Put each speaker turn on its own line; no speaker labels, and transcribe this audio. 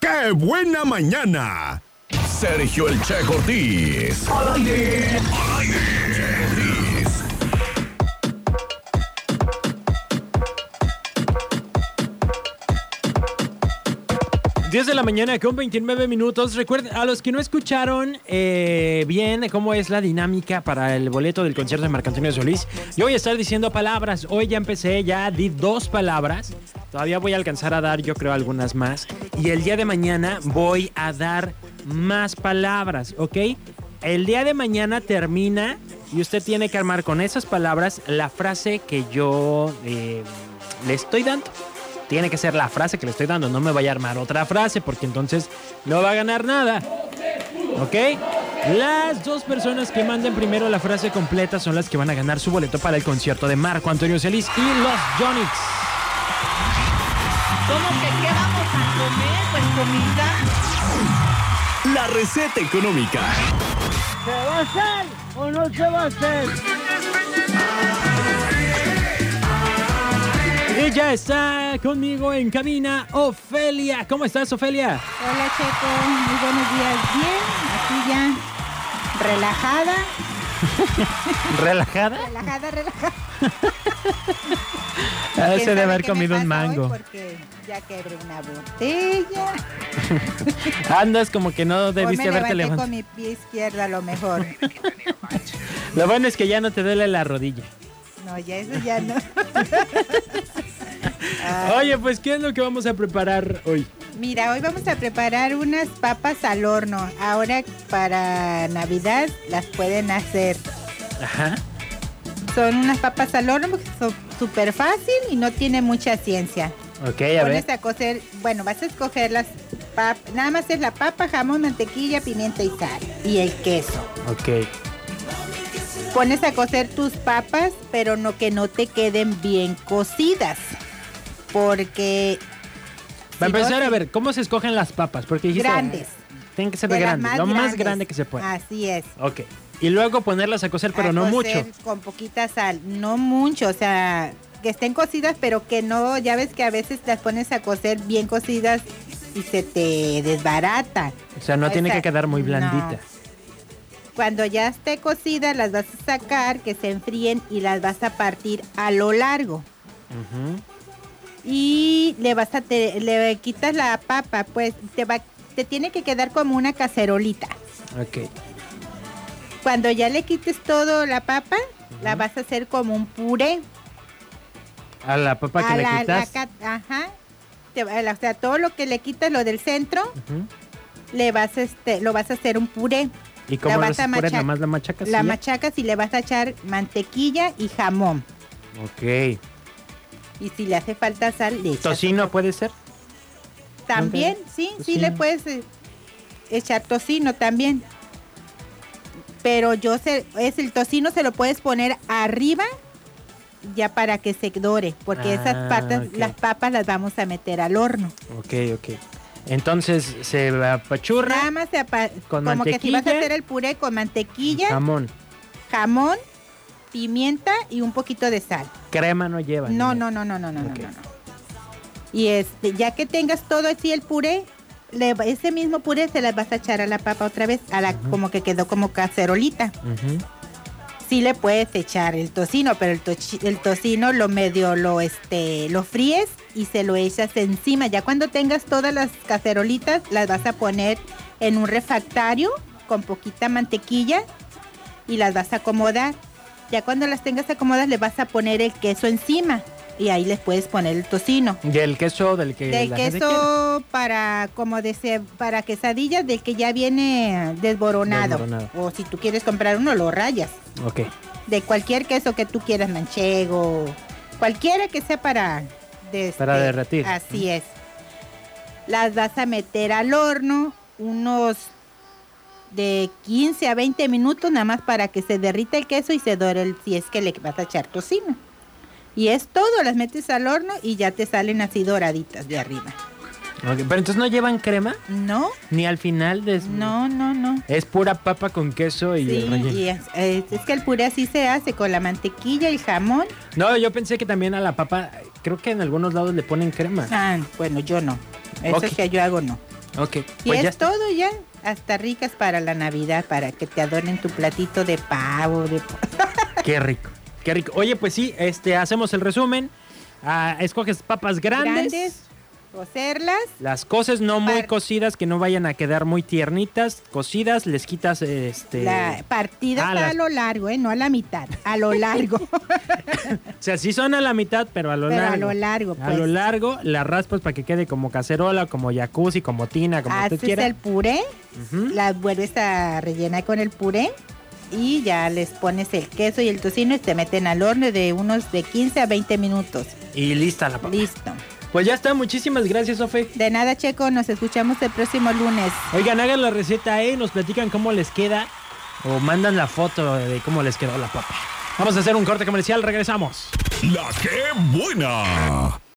¡Qué buena mañana!
Sergio El Che Ortiz. Al aire. Al aire.
Ortiz. 10 de la mañana con 29 minutos. Recuerden, a los que no escucharon eh, bien cómo es la dinámica para el boleto del concierto de Marcantonio Solís, yo voy a estar diciendo palabras. Hoy ya empecé, ya di dos palabras. Todavía voy a alcanzar a dar, yo creo, algunas más. Y el día de mañana voy a dar más palabras, ¿ok? El día de mañana termina y usted tiene que armar con esas palabras la frase que yo eh, le estoy dando. Tiene que ser la frase que le estoy dando, no me vaya a armar otra frase porque entonces no va a ganar nada. ¿Ok? Las dos personas que manden primero la frase completa son las que van a ganar su boleto para el concierto de Marco Antonio Celis y los Jonix.
¿Cómo que qué vamos a comer? Pues comida.
La receta económica.
¿Se va a hacer o no se va a hacer?
Y ya está conmigo en cabina Ofelia. ¿Cómo estás, Ofelia?
Hola Checo, muy buenos días. Bien, aquí ya relajada,
¿Relajada?
relajada, relajada. ¿Quién
Hace
sabe
de haber
qué me
comido un
pasa hoy?
mango.
Porque ya quebré una botella.
Andas como que no
Hoy
debiste
me
haberte
levanté
levantado.
con mi pie izquierdo a lo mejor.
Lo bueno es que ya no te duele la rodilla.
No, ya eso ya no. Ay,
Oye, pues, ¿qué es lo que vamos a preparar hoy?
Mira, hoy vamos a preparar unas papas al horno. Ahora para Navidad las pueden hacer.
Ajá.
Son unas papas al horno que son súper fácil y no tiene mucha ciencia.
Ok, a ver.
Pones a cocer, bueno, vas a escoger las papas, nada más es la papa, jamón, mantequilla, pimienta y sal y el queso.
Ok.
Pones a cocer tus papas, pero no que no te queden bien cocidas. Porque
Va a
Si no,
empezar a
sí.
ver, ¿cómo se escogen las papas? Porque dijiste...
Grandes.
Tienen que ser
de las
grandes, lo más
grandes.
grande que se pueda.
Así es.
Ok. Y luego ponerlas a cocer, pero
A
no
cocer
mucho.
Con poquita sal, no mucho, o sea, que estén cocidas, pero que no, ya ves que a veces las pones a cocer bien cocidas y se te desbarata.
O sea, no
O
tiene
sea,
que quedar muy
no.
blandita.
Cuando ya esté cocida, las vas a sacar, que se enfríen y las vas a partir a lo largo.
Ujú.
Y le vas a te- le quitas la papa, pues te va te tiene que quedar como una cacerolita.
Ok.
Cuando ya le quites todo la papa, la vas a hacer como un puré.
A la papa que
a
le
la- la
quitas.
ca- ajá. Te va- la- o sea, todo lo que le quitas lo del centro,
Ujú.
le vas a este lo vas a hacer un puré.
¿Y cómo lo
vas
haces
a
puré? ¿Nada
machac-
más la machacas? y
La
ya?
machacas y le vas a echar mantequilla y jamón.
Ok.
Y si le hace falta sal, le echas
¿Tocino puede ser?
También,
Ok.
sí,
Pues
sí,
sí.
le puedes eh, echar tocino también. Pero yo sé, es el tocino se lo puedes poner arriba ya para que se dore, porque
Ah,
esas patas,
ok.
las papas las vamos a meter al horno.
Ok, ok. Entonces se apachurra
Nada más se apa-
Con
como que si vas a
mantequilla.
hacer el puré con mantequilla,
jamón.
jamón, pimienta y un poquito de sal.
Crema no lleva.
No, no, no, no, no, no, no,
Ok.
no, no. Y este, ya que tengas todo así el puré, le- ese mismo puré se las vas a echar a la papa otra vez, a la
Ujú.
como que quedó como cacerolita.
Ujú.
Sí le puedes echar el tocino, pero el, tochi- el tocino lo medio lo este lo fríes y se lo echas encima. Ya cuando tengas todas las cacerolitas, las vas a poner en un refractario con poquita mantequilla y las vas a acomodar. Ya cuando las tengas acomodadas, le vas a poner el queso encima y ahí les puedes poner el tocino.
Y el queso del que.
Del
Eh, la gente
queso para como de ce- para quesadillas del que ya viene desboronado.
Desboronado.
O si tú quieres comprar uno lo rayas.
quiere. Ok.
De cualquier queso que tú quieras, manchego, cualquiera que sea para de
Para
este-
derretir.
Así es. Las vas a meter al horno unos de 15 a 20 minutos nada más para que se derrita el queso y se dore el si es que le vas a echar tocino. Y es todo, las metes al horno y ya te salen así doraditas de arriba.
Ok, Pero entonces no llevan crema
No,
ni al final de.
no, no, no.
Es pura papa con queso y
Sí,
el relleno.
y es, es- es que el puré así se hace con la mantequilla, el jamón.
No, yo pensé que también a la papa. Creo que en algunos lados le ponen crema.
Ah, bueno, Ah, yo no. Eso
Ok.
que yo hago no.
Ok.
Y
Pues ya
es
está.
todo ya. Hasta ricas para la Navidad, para que te adornen tu platito de pavo. De...
Qué rico. Qué rico. Oye, pues sí, este, hacemos el resumen. Ah, escoges papas grandes,
Grandes. Cocerlas.
Las cosas no muy
Par-
cocidas, que no vayan a quedar muy tiernitas. Cocidas, les quitas este.
La partida
Ah,
está
las-
a lo largo, ¿eh? No a la mitad. A lo largo.
O sea, sí son a la mitad, pero a lo
Pero
largo.
a lo largo,
A lo
pues.
largo, las raspas para que quede como cacerola, como jacuzzi, como tina, como usted
Haces
quiera.
el puré.
Ujú.
Las vuelves a rellenar con el puré. Y ya les pones el queso y el tocino y te meten al horno de unos de 15 a 20 minutos.
Y lista la papa.
Listo.
Pues ya está, muchísimas gracias, Sofe.
De nada, Checo. Nos escuchamos el próximo lunes.
Oigan, hagan la receta, ¿eh? Nos platican cómo les queda o mandan la foto de cómo les quedó la papa. Vamos a hacer un corte comercial, regresamos.
La que buena.